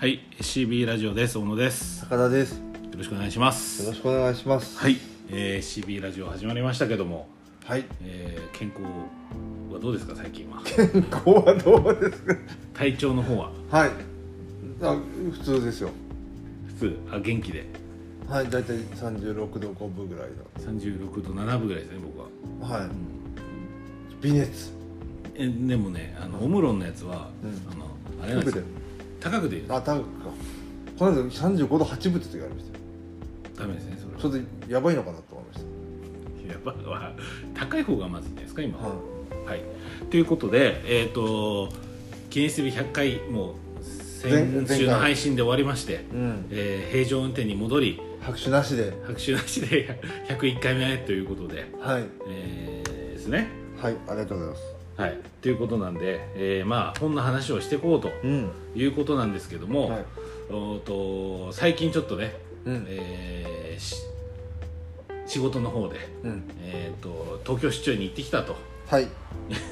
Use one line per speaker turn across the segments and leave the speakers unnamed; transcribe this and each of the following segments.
CB ラジオです小野ですよ
高田です
ろしくお願いしま
よろ
す
しくお願いします
はい、えー、CB ラジオ始まりましたけども、
はい
えー、健康はどうですか最近 は
ここはどうですか
体調の方は
はいあ普通ですよ
普通あ元気で
はい大体36度5分ぐらい
36度7分ぐらいですね僕は
のはい微熱
えでもねあのオムロンのやつは、
うん
あのあれなんですよ高くで
あ高くかこの間35度8分って時がありましたよ
ダメですねそれは
ちょっとやばいのかなと思いまし
やばいわ高い方がまずいんじゃないですか今
たは
はいい、ということでえっ、と記念すべき100回もう先
前
週の配信で終わりまして、
うん
えー平常運転に戻り
拍手なしで
拍手なしで 101回目ということで、
はい
えーですね
はいありがとうございます
はいということなんで、えーまあこんな話をしていこうと
うん
いうことなんですけども、
はい
おーと最近ちょっとね、
うん
えーし仕事の方で、
うん
えー、と東京出張に行ってきたと
はい
い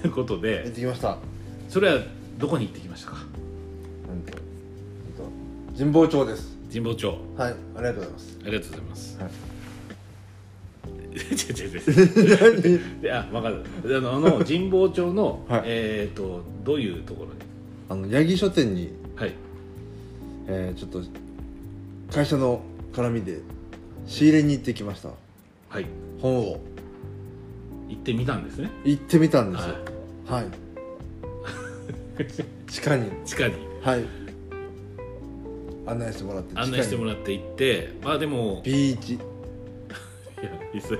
うこと
行っ
で
てきました
それはどこに行ってきましたか
うんとうんと神保町です
神保町
はいありがとうござい ます
ありがとうございます、
はい
違う違う違うであ分かるあのあの 神保町の、
はい
えっ、とどういうところに
あの八木書店に
はい
えーちょっと会社の絡みで仕入れに行ってきました
はい
本を
行ってみたんですね
行ってみたんですよ
は
はい、 地下に
い地下に
はい案内してもらって
案内しても
ら
らって行ってまあでも
ビーチ
いやそれ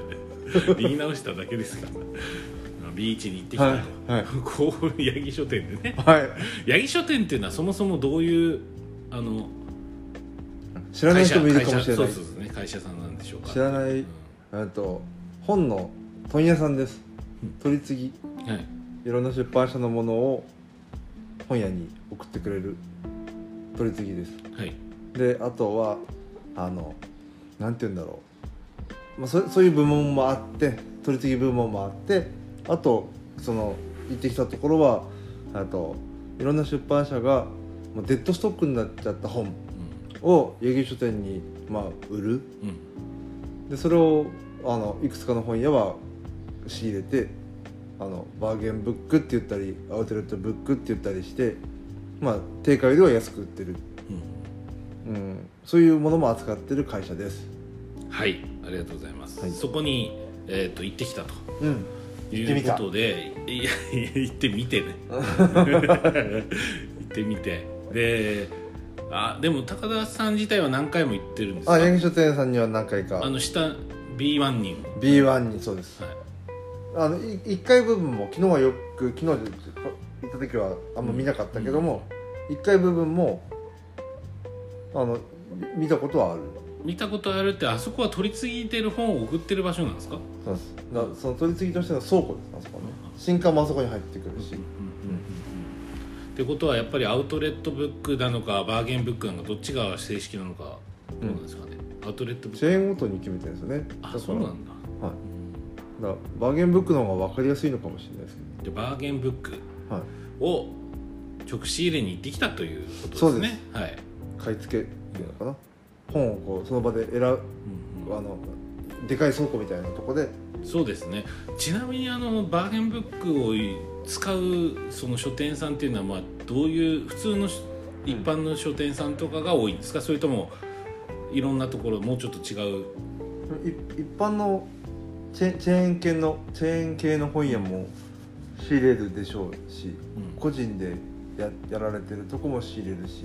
言い直しただけです からビーチに行ってきたと、
はいはい
こう八木書店でね
はい
八木書店っていうのはそもそもどういうあの
知らない人もいる
会
か
社会社
もしれ
そ
な
う
い
そうですね会社さんなんでしょうか
知らない、えっと本の問屋さんです
うん
取り次ぎ
うんはい
いろんな出版社のものを本屋に送ってくれる取り次ぎです
はい
であとはあのなんて言うんだろう、まあ、そそういう部門もあって取り次ぎ部門もあってあとその行ってきたところはあといろんな出版社がもうデッドストックになっちゃった本を遊戯書店に、まあ、売る
うんうん
でそれをあのいくつかの本屋は仕入れてあのバーゲンブックって言ったりアウトレットブックって言ったりして、まあ、定価よりは安く売ってるうん、そういうものも扱ってる会社です。
うんはいありがとうございます、
はい
そこに、えー、と行ってきたと
うん、
い
行ってみ
うこ
た
とでいやいや行ってみて ね行ってみてであでも高田さん自体は何回も行ってるんですか
あ、八木書店さんには何回か
あ。の下 B1 にも
B1 にそうです。
はい
あのい一回部分も昨日はよく昨日行った時はあんま見なかったけども、一回部分もあの見たことはある。
見たことあるってあそこは取り次いでる本を送ってる場所なんですか、
そうです。だその取り次ぎとしての倉庫です。あそこはね。新刊もあそこに入ってくるし。
ってことはやっぱりアウトレットブックなのかバーゲンブックなのかどっちが正式なのかどうなんですかね、アウトレットブッ
チ
ク
ェーンごとに決めてるんですよね。だか
あ
ら
そうなんだ、
は
う
い
ん
だからバーゲンブックの方が分かりやすいのかもしれないですけ
でバーゲンブック
ど。はい。
を直仕入れに行ってきたということですね
そうです
はい、
買い付けっていうのかな。本をこうその場で選ぶ。
うん
あのでかい倉庫みたいなとこで
うんそうですねちなみにあのバーゲンブックをい使うその書店さんっていうのはまあどういう普通のし一般の書店さんとかが多いんですかそれともいろんなところもうちょっと違う
い一般のチェチェーン系のチェーン系の本屋も仕入れるでしょうし個人でややられてるとこも仕入れるし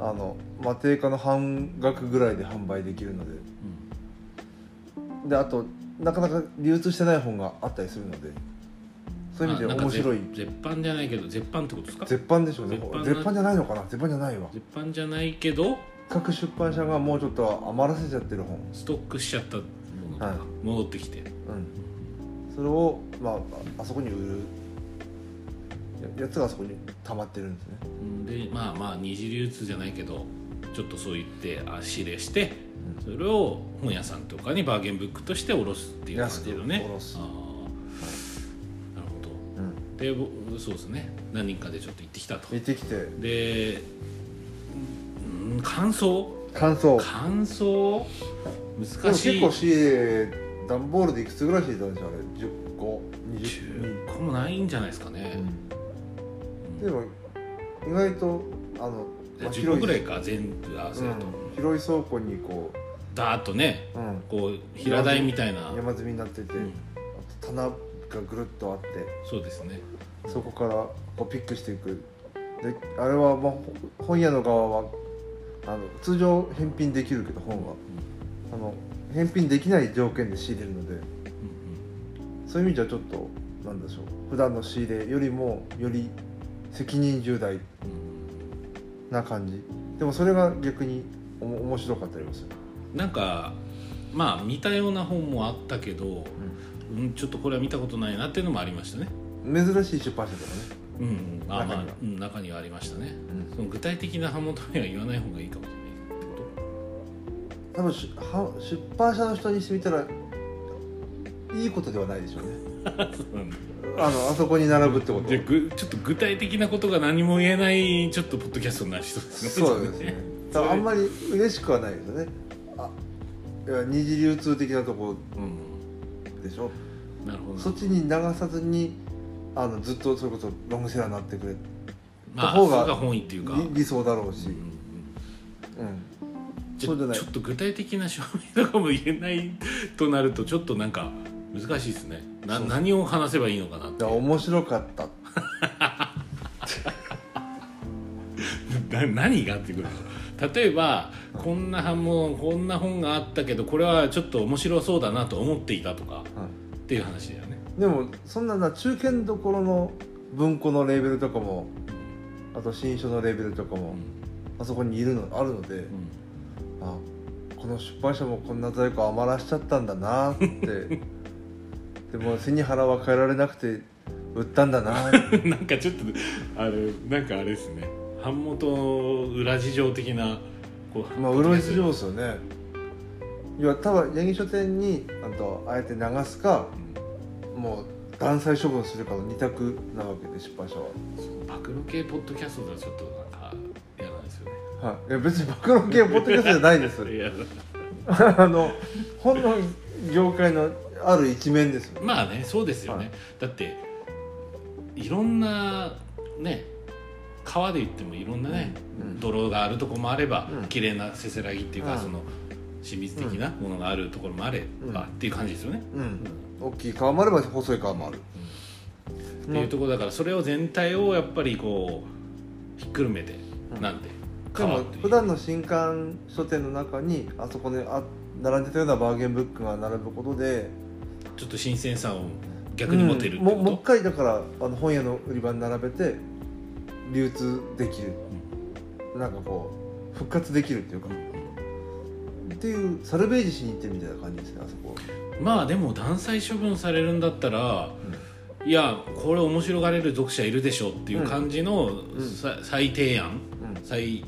あの、まあ、定価の半額ぐらいで販売できるのでであとなかなか流通してない本があったりするのでそういう意味で
あなんか
面白い
絶絶版じゃないけど絶版ってことですか絶
絶版でしょうね
絶版な
絶版じゃないのかな絶版じゃないわ
版じゃないけど
各出版社がもうちょっと余らせちゃってる本
ストックしちゃったものとか、
はい
戻ってきて
うんそれを、まあ、ああそこに売るややつがあそこに溜まってるんですね
でまあまあ二次流通じゃないけどちょっとそう言って足入れしてそれを本屋さんとかにバーゲンブックとして卸すっていう感じのね
安く卸す
あーなるほ
うん、
どでぼそうですね何人かでちょっと行ってきたと
行ってきて
で感想
感想
感想
で
難
も
し
結
い
構仕入れ段ボールでいくつぐらい仕入れたんでしょあれ10個20
10個もないんじゃないですかね、
個でも意外とあの、
で
ま
10個
あ広い
ぐらいか全部合わせると、
うん広い倉庫にこ
ダーッとね
う、うん、
こう平台みたいな、
山積みになってて、
うん
あと棚がぐるっとあって
そうですね
そこからこうピックしていくであれは、まあほ、本屋の側はあの通常返品できるけど本は、あの返品できない条件で仕入れるので
うんうん
そういう意味じゃちょっとなんでしょう普段の仕入れよりもより責任重大
うん
な感じでもそれが逆におも面白かったりもする、
なんかまあ似たような本もあったけど、うん、ちょっとこれは見たことないなっていうのもありましたね
珍しい出版社とかね、
うん、うん、あま
中
あ
には
うん中にはありましたねその具体的な版元には言わない方がいいかもしれないってこ
多分しは出版社の人にしてみたらいいことではないでしょうね
とうん
あのあそこに並ぶってこと
でぐちょっと具体的なことが何も言えないちょっとポッドキャストになりそうですね
そうですね多分あんまり嬉しくはないですよねあいや二次流通的なとこ
うん
でしょ
なるほど
そっちに流さずにあのずっとそれこそロングセラーになってくれ
まあそ
の方が
れが本意っていうか、
理理想だろうし、
う
うんん
じゃ
そうじゃない
ちょっと具体的な証明とかも言えないとなるとちょっとなんか難しいですねな
そう
何を話せばいいの かなって
だから面白かった
な何がってくる例えばこんな本もこんな本があったけどこれはちょっと面白そうだなと思っていたとかっていう話だよね
でもそんなな中堅どころの文庫のレーベルとかもあと新書のレーベルとか
う
も
ん
あそこにいるのあるので、あこの出版社もこんな在庫余らしちゃったんだなってでも背に腹は変えられなくて売ったんだな
うんなんかちょっとあれなんかあれですね版元裏事情的なこう
まあ潤い事情ですよねいや多分八木書店にあとあえて流すかもう断裁処分するかの二択なわけで出版社は、
うん暴露系ポッドキャストではちょっとなんか嫌なんですよね
はい、いや別に暴露系 ポッドキャストじゃないで す
いや
あの本の業界のある一面ですよ
まあねそうですよね、
は
だっていろんなね川で言ってもいろんなね、
うん
泥があるとこもあれば、
うん
綺麗なせせらぎっていうか、
うん
その親密的なものがあるところもあれば、
うん
っていう感じですよね、
うん大きい川もあれば細い川もある、
っていうところだからそれを全体をやっぱりこうひっくるめて、
うん
なんで
で
川
も
っていう
普段の新刊書店の中にあそこであ並んでたようなバーゲンブックが並ぶことで
ちょっと新鮮さを逆に持てるって
う
こ
んも
と、
もう一回だからあの本屋の売り場に並べて流通できる、なんかこう復活できるっていうか、っていうサルベージしに行ってるみたいな感じですねあそこは
まあでも断裁処分されるんだったら、いやこれ面白がれる読者いるでしょっていう感じの、
ん
さ最低案
うん
最、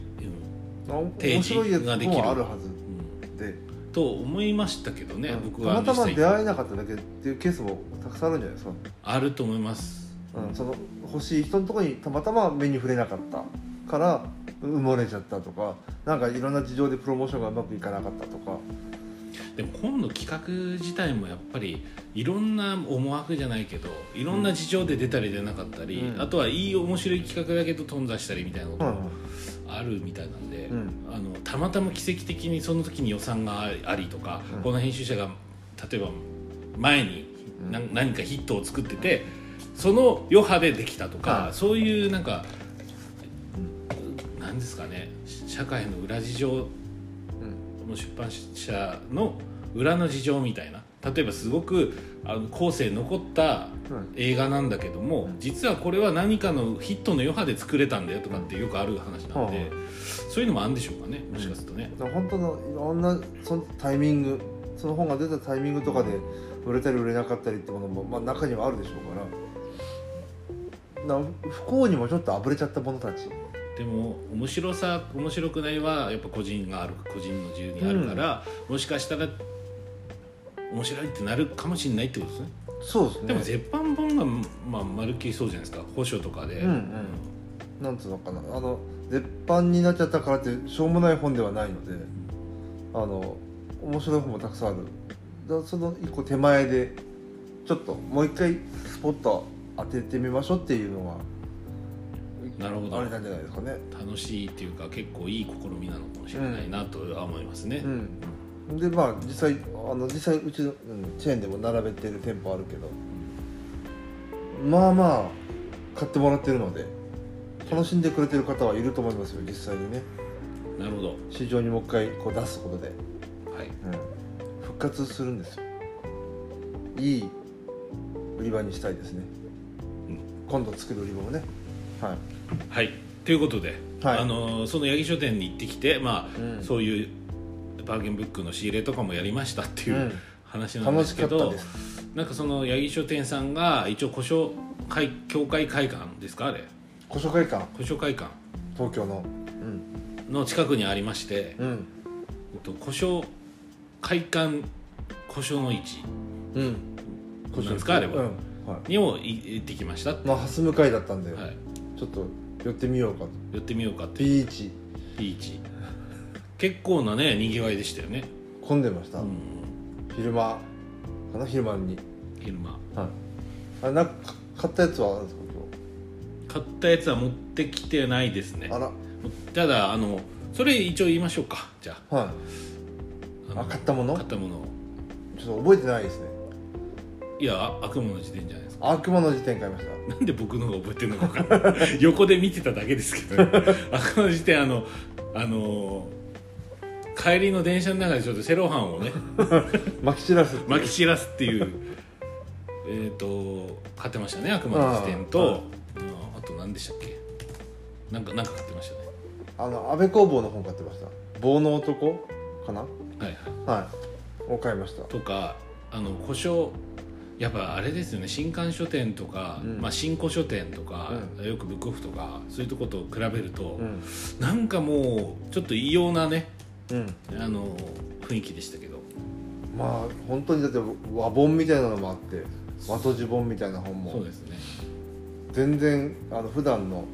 あお
提
面
示
白いやつ
ができる
もあるはず
うん
で、
と思いましたけどね、
うん
僕
た
は
また
実
ま
際
出会えなかっただけっていうケースもたくさんあるんじゃないですか、
あると思います
うん、その欲しい人のところにたまたま目に触れなかったから埋もれちゃったとかなんかいろんな事情でプロモーションがうまくいかなかったとか
でも本の企画自体もやっぱりいろんな思惑じゃないけどいろんな事情で出たり出なかったり、
うん
あとはいい面白い企画だけど頓挫したりみたいなこ
う
と
ん
もあるみたいなんで、
うん
あのたまたま奇跡的にその時に予算がありとか、
うん
この編集者が例えば前に何,、何かヒットを作っててその余波でできたとか、
うん
そういうなんか何ですかね社会の裏事情
うん
この出版社の裏の事情みたいな例えばすごくあの後世に残った
うん
映画なんだけども実はこれは何かのヒットの余波で作れたんだよとかってよくある話なんで、そういうのもあるんでしょうかねもしかするとね。
だから本当のいろんなそのタイミングその本が出たタイミングとかで売れたり売れなかったりってものも、まあ、中にはあるでしょうからな不幸にもちょっとあぶれちゃった者たち
でも面白さ面白くないはやっぱ個人がある個人の自由にあるから、もしかしたら面白いってなるかもしれないってことですね。
そうですね
でも絶版本が、まあ、まるっきりそうじゃないですか保証とかで、
うんうんなんつうのかなあの絶版になっちゃったからってしょうもない本ではないのであの面白い本もたくさんあるだからその一個手前でちょっともう一回スポット当ててみましょうっていうのは
なるほど
あれなんじゃないですかね。
楽しいっていうか結構いい試みなのかもしれないなとは思いますね、
うん、でまあ実際あの実際うちの、うんチェーンでも並べてる店舗あるけどまあまあ買ってもらってるので楽しんでくれてる方はいると思いますよ実際にね
なるほど
市場にもう一回こう出すことで、
はい
うん、復活するんですよいい売り場にしたいですね、
うん
今度作る売り場もねはい
はいということで、
はい
あのその八木書店に行ってきてまあ、
うん
そういうバーゲンブックの仕入れとかもやりましたっていう、
うん
話なんで
楽し
すけ
かった
ど
です
なんかその八木書店さんが一応古書会協会会館ですかあれ
古書会館
古書会館
東京のうん
の近くにありまして、
うん
えっと、古書会館古書の市
うん
古書ですかあれは
うんはい
にもい行ってきました、は
まあ蓮向かいだったんで、
い、
ちょっと寄ってみようかと
寄ってみようかって
ビーチ
ビーチ結構なねにぎわいでしたよね、
混んでました、
うん、
昼間かな昼間に
昼間
はいあれなんかか買ったやつはあるんですか
買ったやつは持ってきてないですね
今日あ
ただあのそれ一応言いましょうかじゃ
らはい
あ
あ買ったもの
買ったものを
ちょっと覚えてないですね
いやあ悪魔の時点じゃないですか
悪魔の時点買いました
なんで僕の方が覚えてるのか分かんない 横で見てただけですけど、ね、 悪魔の時点あのあの帰りの電車の中でちょっとセロハンを ね
巻き散らすっていう
撒き散らすっていうえっと買ってましたね悪魔の時点とああと何でしたっけなんかなんか買ってましたね
あの安倍工房の本買ってました棒の男かな
はいはい
はいを買いました
とかあの故障やっぱあれですよね新刊書店とか、
うん
まあ、新古書店とか、よくブックオフとかそういうとこと比べると、
うん
なんかもうちょっと異様なね
うん
あの雰囲気でしたけど
まあ本当にだって和本みたいなのもあって和とじ本みたいな本も
そうですね
全然あの普段の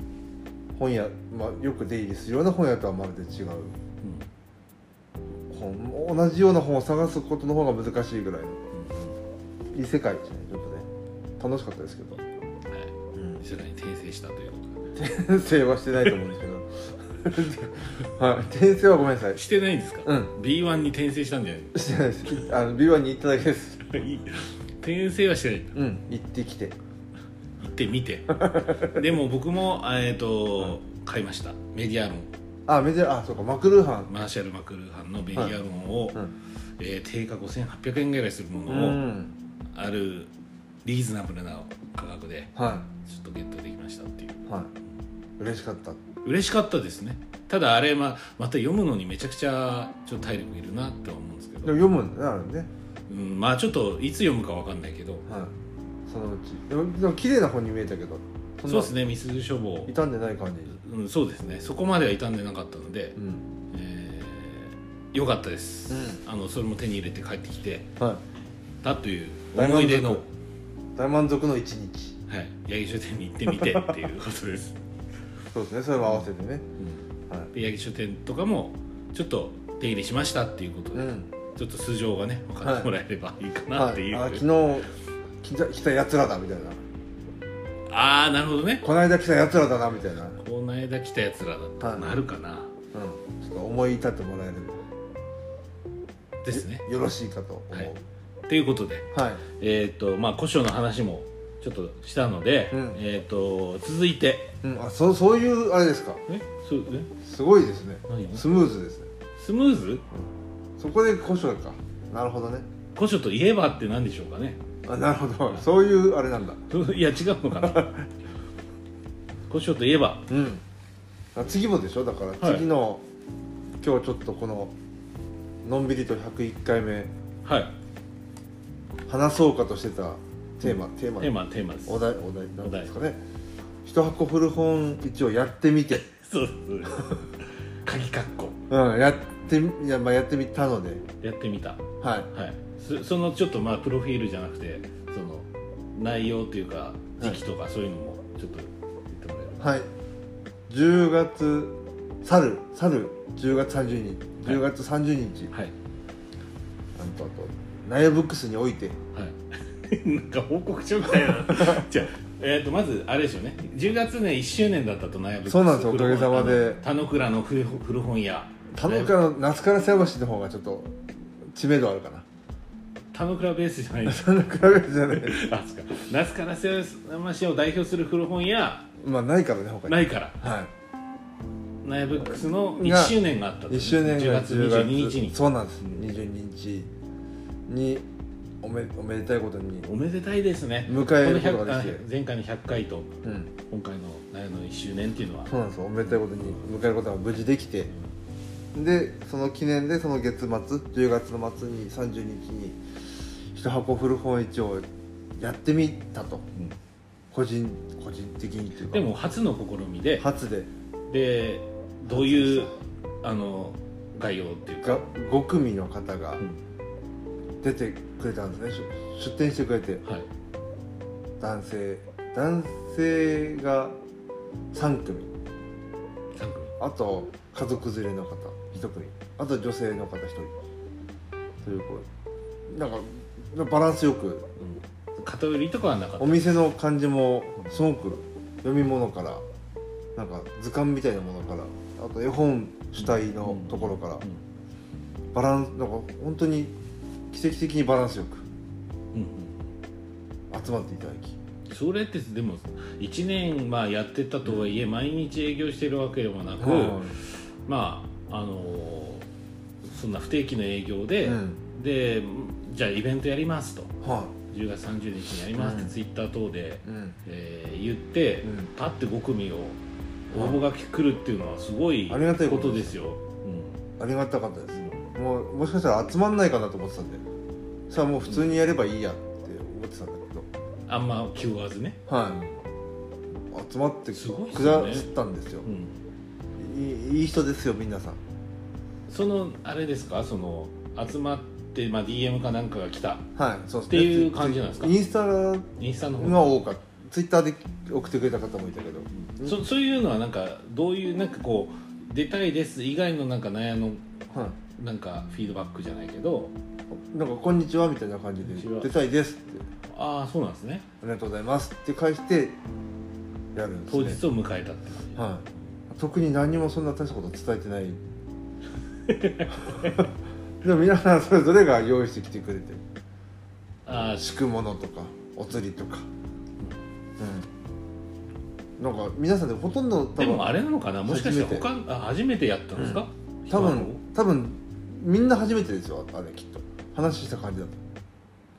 本屋、まあ、よく出入りするような本屋とはまるで違う本同じような本を探すことの方が難しいぐらいの
う
いい世界ですねちょっとね楽しかったですけど、
ん、うんはいさらに転生したということ
転生はしてないと思うんですけど はい転生はごめんなさい
でしてないんですか、
うん
B1 に転生したんじゃない
してないですあの美和に行っただけです
転生はしてない
うん行ってきて
行ってみ てでも僕もえっ、と買いましたメディア論
あメジャーあそうかマクルーハン
マーシャル・マクルーハンのベギアロンを、
うん
えー定価5800円ぐらいするも
う
のを、
ん
あるリーズナブルな価格で
は
ちょっとゲットできましたっていう
いはい嬉しかった
嬉しかったですねただあれ、まあ、また読むのにめちゃくちゃちょっと体力いるなとは思うんですけ
で
ど、
も読むんだねあれね
うん、まあちょっといつ読むかわかんないけど
はいそのうちでもでも綺麗な本に見えたけどそん
そう
な
ですねみすず書房、
傷んでない感じ
うん、そうですねそこまでは傷んでなかったので
う、ん
えー、よかったです、
う
あのそれも手に入れて帰ってきて
は
たという
い大
思い
満
出の
足、大満足の一日
はい、八木書店に行ってみてっていうことです、
そうですねそれも合わせてねはい
で八木書店とかもちょっと手入れしましたっていうことで、
ん
ちょっと素性がね分かってもらえればいいかな
は
ってい、
いうあ昨日来た来たやつらだみたいな
ああなるほどね
この間来たやつらだなみたいな、うん、
この間来たやつらだったら
はい
なるかな
ちょっと思い立ってもらえる
ですね
よろしいかと思う
はいということで
はい、
えっ、とまあ古書の話もちょっとしたので、
うん
えっ、と続いて
うん、あそうそういうあれですか
えそうえ
すごいですね
何
スムーズですね
スムーズ
そこで古書かなるほどね
古書といえばって何でしょうかね
あなるほどそういうあれなんだ
ふいや違うのか な古書といえば
うんあ次もでしょだから
はい
次の、今日ちょっとこののんびりと101回目
はい
話そうかとしてたテーマ、テーマ
テーマテーマです
お題お題なんですかね一箱古本一応やってみて、
そう そう鍵括弧
うん、やってみいや,、まあ、やってみたので
やってみたは
はい
いそそのちょっとまあプロフィールじゃなくてその内容というか時期とかそういうのもちょっと言ってもらえる
はい10月去る去る10月30日
はい
10月30日、
はい
なんとあとナイアブックスにおいて
はい、 なんか報告書みたいな じゃあえー、とまずあれですよね10月ね1周年だったと悩
そうなんですよおかげさまで
田之倉の古古本屋
田之倉の夏から瀬橋の方がちょっと知名度あるかな
田之倉ベースじゃないです
田之倉ベースじゃない
あそうか夏から瀬山市を代表する古本屋
まあないからね他に
ないから
は
ナヤブックスの1
が
周年があったと
い1周年
10
が
月22日に
そうなんです22日におめおめでたいことに、
おめでたいですね
迎えること
この
が
100
できて
あ前回の100回と
うん、
今回のナヤの1周年っていうのは
そうなんですよおめでたいことに迎えることが無事できてでその記念でその月末10月の末に30日に一箱古本市をやってみたと、
ん
個人個人的にというか
でも初の試みで
初で
でどういうあの概要っていうか
が5組の方が
うん
出てくれたんですね出出店してくれて
はい
男性男性が3組
3組
あと家族連れの方一組あと女性の方一人というこうなんかバランスよく
うん偏りとかはなかった
お店の感じもすごく読み物からなんか図鑑みたいなものからあと絵本主体のところから
う
バランスなんか本当に奇跡的にバランスよく
んうん
集まっていただき
うんそれってでも1年まあやってたとはいえ毎日営業してるわけでもなく、まああのーそんな不定期の営業で、
うん
でじゃあイベントやりますと
は
10月30日にやりますっ
う
て
ん
ツイッター等で、
いうん
えー言って、
うん
パッて5組を応募が来るっていうのはすごい
ありがたい
こ
ことと
で
です
よ、うん
ありがたかったですもうもしかしたら集まんないかなと思ってたんでさあもう普通にやればいいやって思ってたんだけど、
あんま気負わずね、
はい集まって
すごいっす
く
よ
だ
ね
ずったんですよ
うん
いいいい人ですよ皆さん
そのあれですかその集まって、まあ、DM かなんかが来た
はいそう
っていう感じなんですか
インスタが
インスタの方が
多かったツイッターで送ってくれた方もいたけど
そそういうのはなんかどういうなんかこう出たいです以外のなんか悩の
は
なんかフィードバックじゃないけど
いなんか「こんにちは」みたいな感じで
こんにちは
「出たいです」って
ああそうなんですね
「ありがとうございます」って返してやるんです
当
ね
日を迎えたって感じ、
はい、特に何もそんな大したこと伝えてない でも皆さんそれぞれが用意してきてくれて
ああし
敷物とかお釣りとかうんなんか皆さんでほとんど多
で
分
もあれなのかなもしかして
初めて
他あ初めてやったんですか、
多分多分みんな初めてですよあれきっと話した感じだと、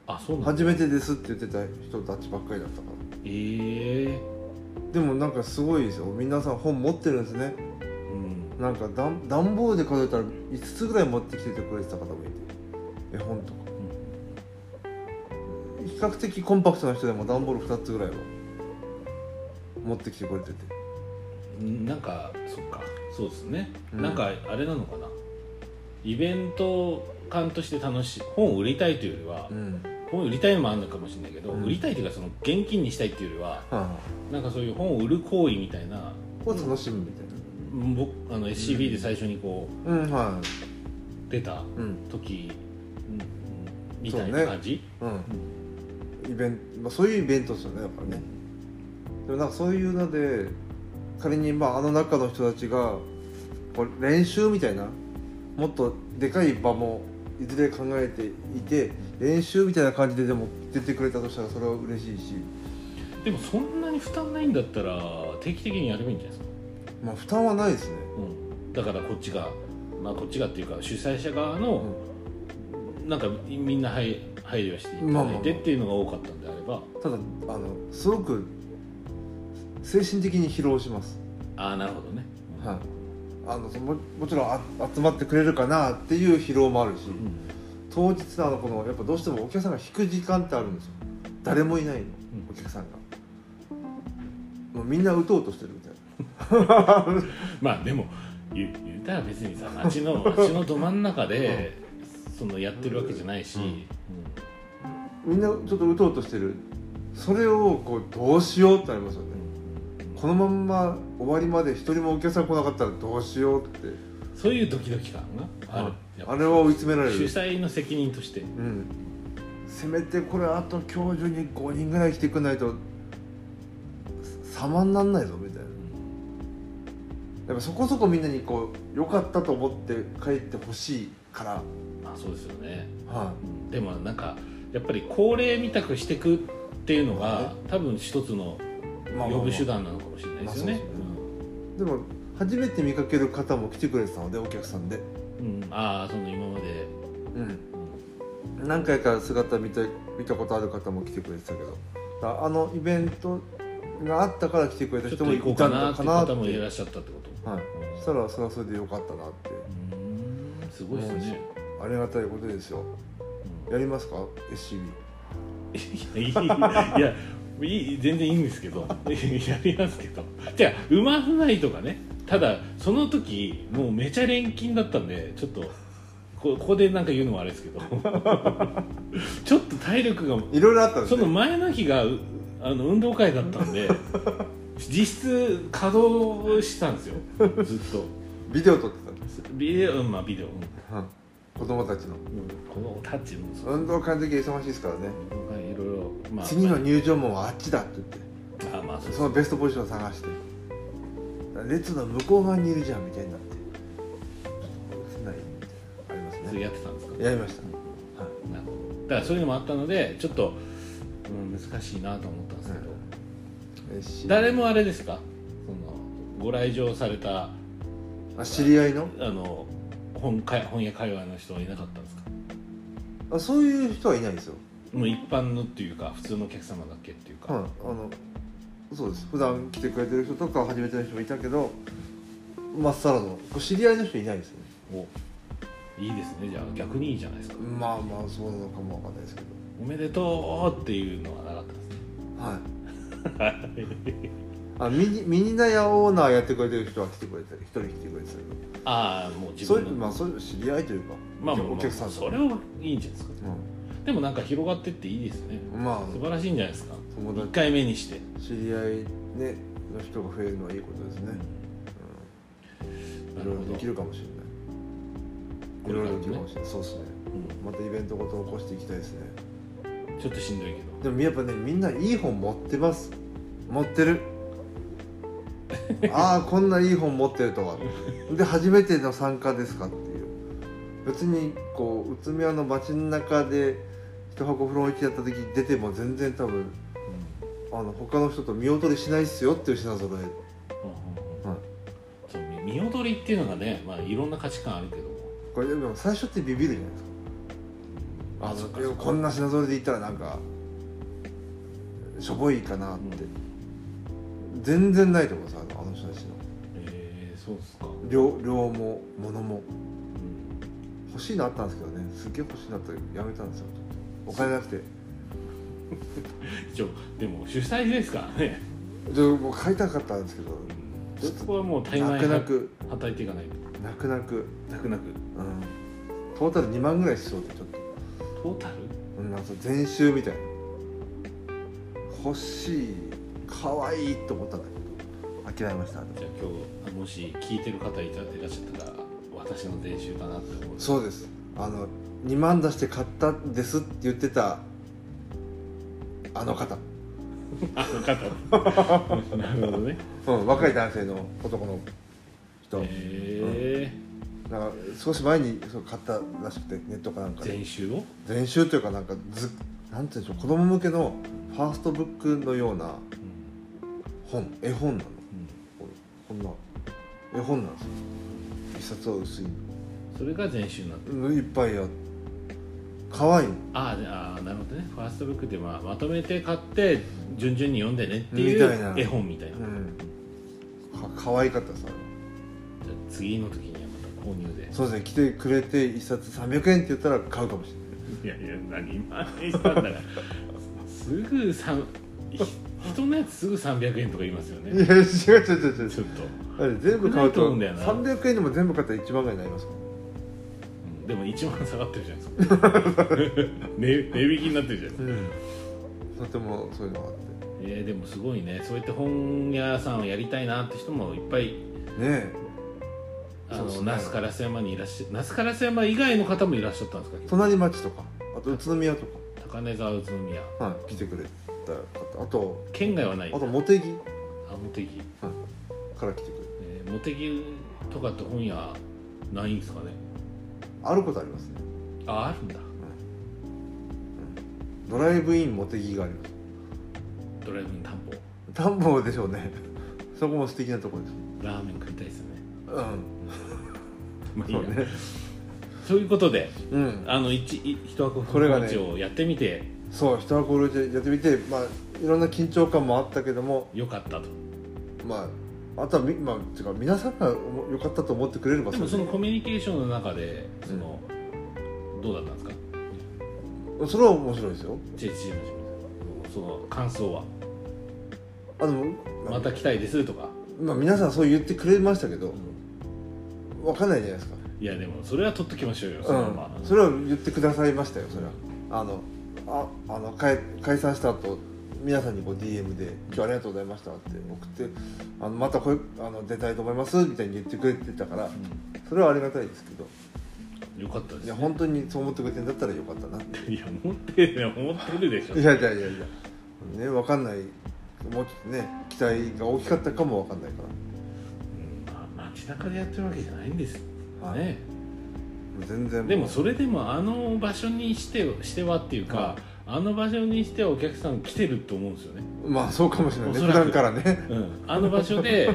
あそうなんだ
初めてですって言ってた人たちばっかりだったから
ええ
でもなんかすごいですよ皆さん本持ってるんですね
うん
なんか段段ボールで数えたら5つぐらい持ってきててくれてた方もいて絵本とか比較的コンパクトな人でも段ボール2つぐらいは持ってきてくれてて
うんなんかそっかそうですね、
うん
なんかあれなのかなイベント感として楽しい本を売りたいというよりは、
うん
本を売りたいのもあるのかもしれないけど、
うん
売りたいというかその現金にしたいっていうよりは
は
なんかそういう本を売る行為みたいな
あを楽しむみたい
僕あの SCB で最初にこ
なうんは
う出た
いうん
時、みたいな感じ、
うんイベント、まあ、そういうイベントですよねだからねでもなんかそういうので仮にまああの中の人たちがこう練習みたいなもっとでかい場もいずれ考えていて練習みたいな感じででも出てくれたとしたらそれは嬉しいし
でもそんなに負担ないんだったら定期的にやればいいんじゃないですか、
まあ負担はないですね
うん、だからこっちがまあこっちがっていうか主催者側の、なんかみんな配配慮していた
まあまあ
だい
まあ
てっていうのが多かったんであれば
ただあのすごく精神的に疲労します
ああなるほどね、
はいあのそももちろんあ集まってくれるかなっていう疲労もあるし、
うん
当日のあのこのやっぱどうしてもお客さんが引く時間ってあるんですよ誰もいないの、
ん
お客さんがもうみんな打とうとしてるみたい
まあでも言う言うたら別にさ街 の街のど真ん中で、そのやってるわけじゃないし、
うん
うん
なみんなちょっと打とうとしてるそれをこうどうしようってなりますよね
う
このまんま終わりまで一人もお客さん来なかったらどうしようって
そういうドキドキ感があるやっぱ
あれは追い詰められ
主
る
催の責任として
うんせめてこれあと今日中に5人ぐらい来てくんないと様になんないぞみたいなやっぱそこそこみんなにこう良かったと思って帰ってほしいから
まあそうですよね
は
でもなんかやっぱり高齢みたくしてくっていうのが多分一つの
い、まあまあまあ
呼ぶ手段なのかもしれないですよね
まあそうですねでも初めて見かける方も来てくれてたのでお客さんで
うんうんああその今まで
うん何回か姿見た見たことある方も来てくれてたけどだからあのイベントがあったから来てくれた
ちょっ
人
と
もい
行こうか
たん
な
だ
っ
か
て
なって
方もいらっしゃったってこと
はい、そしたらそれはそれでよかったなって
うんすごいですね
ありがたいことですよやりますか SCB
いやい いいやいい全然いいんですけど やりますけどじゃあうまくないとかねただその時もうめちゃ錬金だったんでちょっとこここでなんか言うのもあれですけど ちょっと体力が
いろいろあったんで
そ
す
の
ね
前の日がうあの運動会だったん で実質稼働してたんですよずっと
ビデオ撮ってたんです、
ビデオうんまあビデオ、うん
子供たちの
うん、このタッチもそう
運動会の時忙しいですからね
いろいろまあ
次の入場門はあっちだって言って
あまあそうです
そのベストポジションを探して列の向こう側にいるじゃんみたいになって映んないみたいなあります
それ
ね
やってたんですか
やりました
なるほどだからそういうのもあったのでちょっと、うん、難しいなと思ったんですけど、
えし
誰もあれですかそのご来場された
あ知り合いの
あの本会本屋界隈の人はいなかったんですか
あそういう人はいないですよ、
もう一般のっていうか普通のお客様だけっていう
はい、あ
か、
のそうです普段来てくれてる人とか初めての人もいたけどまっさらの知り合いの人いないですね
おいいですねじゃあ逆にいいじゃないですか
まあまあそうなのかもわかんないですけど
おめでとうっていうのはなかったですね
はいあミニミニナヤオーナーやってくれてる人は来てくれてる一人来てくれてたけど
ああもう自
そうい
分
う
の
まあそういう知り合いというか、
まあまあまあ
お客さんと
それはいいんじゃないですか
う
でもなんか広がってっていいですね
ん、ま
素
あ
晴らしいんじゃないですか
友
1
達
回目にして
知り合いねの人が増えるのはいいことですね、うん、
ないる
ろい
ほ
ろ
ど
できるかもし
こ
れ
れ
な
か
いい
らもね
ろいろできるかもしれないそうですねまたイベントごと起こしていきたいですね
うんちょっとしんどいけど
でもやっぱねみんないい本持ってます持っ てるああこんないい本持ってるとはで初めての参加ですかっていう別にこう宇都宮の街の中で一箱フロン1やった時出ても全然多分あの他の人と見劣りしないっすよっていう品揃え
うん
はい
そう見見劣りっていうのがね、まあ、いろんな価値観あるけども
これでも最初ってビビるじゃないです
そ
かあの
っか
いや
そっか
こんな品揃えで行ったらなんかしょぼいかなって、全然ないと思うさあの人たちの
えー、そうっすか、
量量も物
う
も
ん
欲しいのあったんですけどねすっげえ欲しいなってやめたんですよお金なくて
一応でも主催ですからね
でもう買いたかったんですけどちょっと
そこはもう対
泣
外
く泣
は
く
たいていかないと
泣く泣く
なくなく
うんトータル2万ぐらいしそうでちょっと
トータル
うんなんか全集みたいな欲しい可愛いと思ったんだけど諦めました
じゃあ今日もし聞いてる方いたいらっしゃったら私の練習だなって思う
そうですあの2万出して買ったんですって言ってたあの方
あの方 なるほどね
うん若い男性の男の人、
え
なんか少し前にそう買ったらしくてネットかなん
ー、
かで
全集を
全集というかなんかずなんて言うんでしょう子供向けのファーストブックのような
うん
本絵本なの
うん
こんな絵本なんですよ一冊は薄い
それが全集なんだ
うんいっぱいある可愛い
あーであーなるほどねファーストブックでまあまとめて買って順々に読んでねってい
みたいな
う絵本みたいな、
う
じゃ
んか可愛かったさ
あ次の時にはまた購入で
そうですね来てくれて一冊300円って言ったら買うかもしれな
い
い
やいや何万円したんだから すぐさんひ人のやつすぐ300円とか言いますよ
いや
ね
違う違う違う違
ち
う
ょっと、う
あれ全部買う
少ないと思
と
うんだよな
300円でも全部買ったら1万円になりますか
んでも1万下がってるじゃ ないですか値値引きになってるじゃないです
ら、うん、とてもそういうのがあって
えーでもすごいねそうやって本屋さんをやりたいなって人もいっぱい
え
あ
そ
の、
うですね
那須烏山にいらっしゃ那須烏山以外の方もいらっしゃったんですか
隣町とかあと宇都宮と
高根沢宇都宮
か、はい、来てくれた方あと
県外はない
あと茂木
あ茂木、
から来てくれ
えー、茂木とかって本屋ないんですかね
あることありますね
ああるんだ
ドライブイン茂木があります
ドライブイン担保
田んぼでしょうね そこも素敵なとこですね
ラーメン食いたいですね
うん
まあいい
そう
や
ね
ということで
うん
あの一一一箱
これがね
フルーツをやってみて
そう一箱ルーでやってみてまあいろんな緊張感もあったけども
よかったと
まああとはみ、まあ、違う皆さんがおも良かったと思ってくれれば
でもその
れ
コミュニケーションの中でその、どうだったんですか
でそれは面白いですよ
チェチームその感想は
あの
また来たいですとか、
まあ、皆さんそう言ってくれましたけどわかんないじゃないですか
いやでもそれは取っときましょうよそのまま、
うん、それは言ってくださいましたよそれはあのああの解解散した後皆さんにこう DM で「今日ありがとうございました」って送って「あのまたこれあの出たいと思います」みたいに言ってくれてたからそれはありがたいですけど
うんよかったです、
い
ね、
や本当にそう思ってくれてんだったらよかったなって
いや持ってるよ持ってるでしょ
いやいやいやいやねわかんないもうちょっとね期待が大きかったかもわかんないか
うんまあ、街中でやってるわけじゃないんですよ
ら、はい
ね
全然
でもそれでもあの場所にしてしてはっていうか、あの場所にしてはお客さん来てると思うんですよね、
まあそうかもしれないね
おそら
普
く
段からね
うん、あの場所 で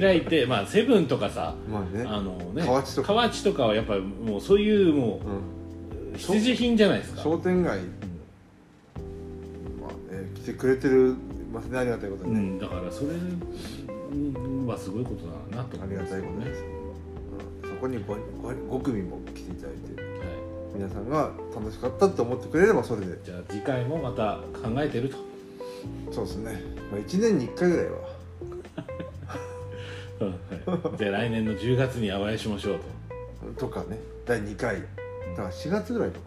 開いてまあセブンとかさ
まあね
あのね
河内とか
河内とかはやっぱりもうそういうも
うん
う必需品じゃないですか
商店街まあね、来てくれてるますねありがたいこと
う
にね、
ん、だからそれはすごいことだなと
あ
思
り
い
が
ます
たい
よ
こと
ね
で。す、うん、そこに 5, 組も来ていただいて
は
皆さんが楽しかったって思ってくれればそれで
い、じゃあ次回もまた考えてると。
そうですね、まあ、1年に1回ぐらいは
うんはいじゃあ来年の10月にお会いしましょうと。
とかね第2回だから4月ぐらいとか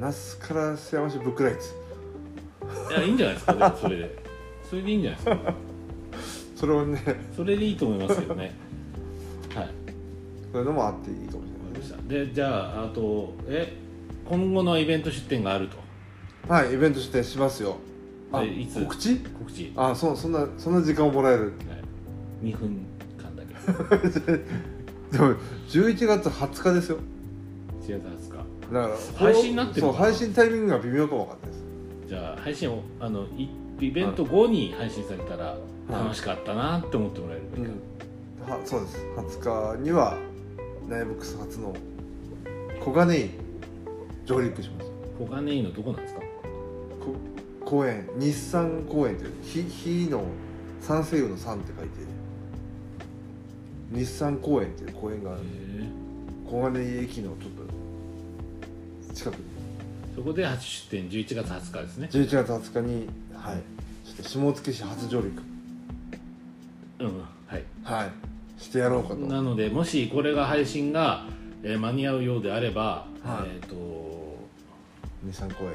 那須から幸せブックライツ
いやいいんじゃないですか、でもそれで。それでいいんじゃないですか。
それをね
それでいいと思いますけどね。はい、わか
そういうのもあっていいかもし
り
れ
ました。で、じゃあ、あと、え、今後のイベント出店があると。
ないはいイベントしてしますよあ
えいつ
告知
告知。
あそうそんなそんな時間をもらえる
はい、2分間だけ。
でも11月20日ですよ
1月20日。
だから
配信になってる
そ
の
う
かな
配信タイミングが微妙かもわかんないです
じゃあ配信をあのいイベント後に配信されたら楽しかったなって思ってもらえるばいいか
はそうです20日にはライブックス初の小金井上陸します
小金井のどこなんですか
こ公園日産公園という日日の三星雲の三って書いて日産公園という公園が小金井駅のちょっと近くに
そこで初出店11月20日ですね、
11月20日にはいちょっと下野市初上陸
うんはい、
はいしてやろうかと
なのでもしこれが配信が、えー間に合うようであれば、
はい
えっ、と
日産公園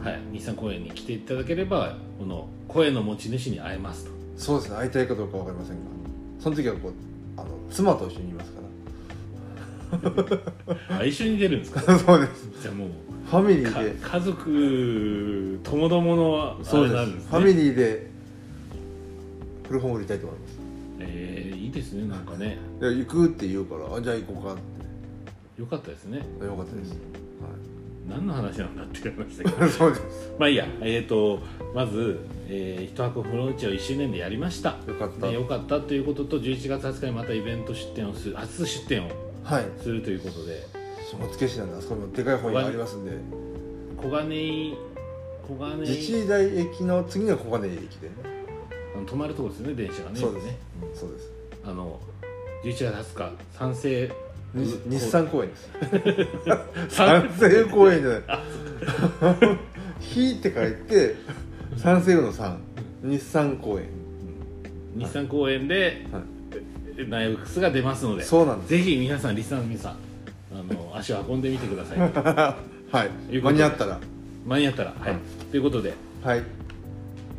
に
はい日産公園に来ていただければこの声の持ち主に会えますと
そうですね会いたいかどうかわかりませんがその時はこうあの妻と一緒にいますか
あ一緒に出るんですか
ら そうです
じゃあもう
ファミリ
か
ーで
家族ともどものあ
そう
れ
です
なんです
ファ
ね
ミリーで古本売りたいと思います
えーいいですねなんかね
いや行くって言うからあじゃあ行こうかっ
よかったですね
てよかったです、
何の話なんだっていう話だけど
はい、 そうです
まあいいやえっ、とまず、えー、一箱フローチを1周年でやりました
よかった、
でよかったということと11月20日にまたイベント出店をする初出店を
はい
するということで
下野市なんであそこにもでかい本屋ありますんで
小金井小金
自
井
治大駅の次が小金井駅でね
あの止まるところですよね電車がね
そうです
ね
そうです
あの11月20日賛 成
に
うん
日産公園です
賛
三成公園じゃ ないひって書いて三成の三日産公園
日産公園で、
は
ナイブックスが出ますので
そうなん です
ぜひ皆さんリスナーの皆さんあの足を運んでみてください
はい
いうこと
間
で
に合ったら
間に合ったらはい、
はい
ということで
はい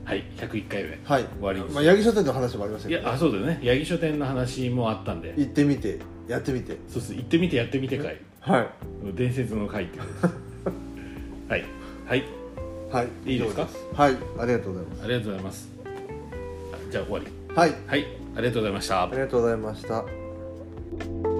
はい101回目
はい
終わりです
まあ、八木書店の話もありまし
い
たけ
や
ど、
あそうだよね八木書店の話もあったんで
行ってみてやってみて
そうです行ってみてやってみて 会
はい
伝説の会ってことですはいはい
はい
いいですか
以上はいありがとうございま
ありがとうございますあじゃあ終わり
すはい
はいありがとうございました
ありがとうございました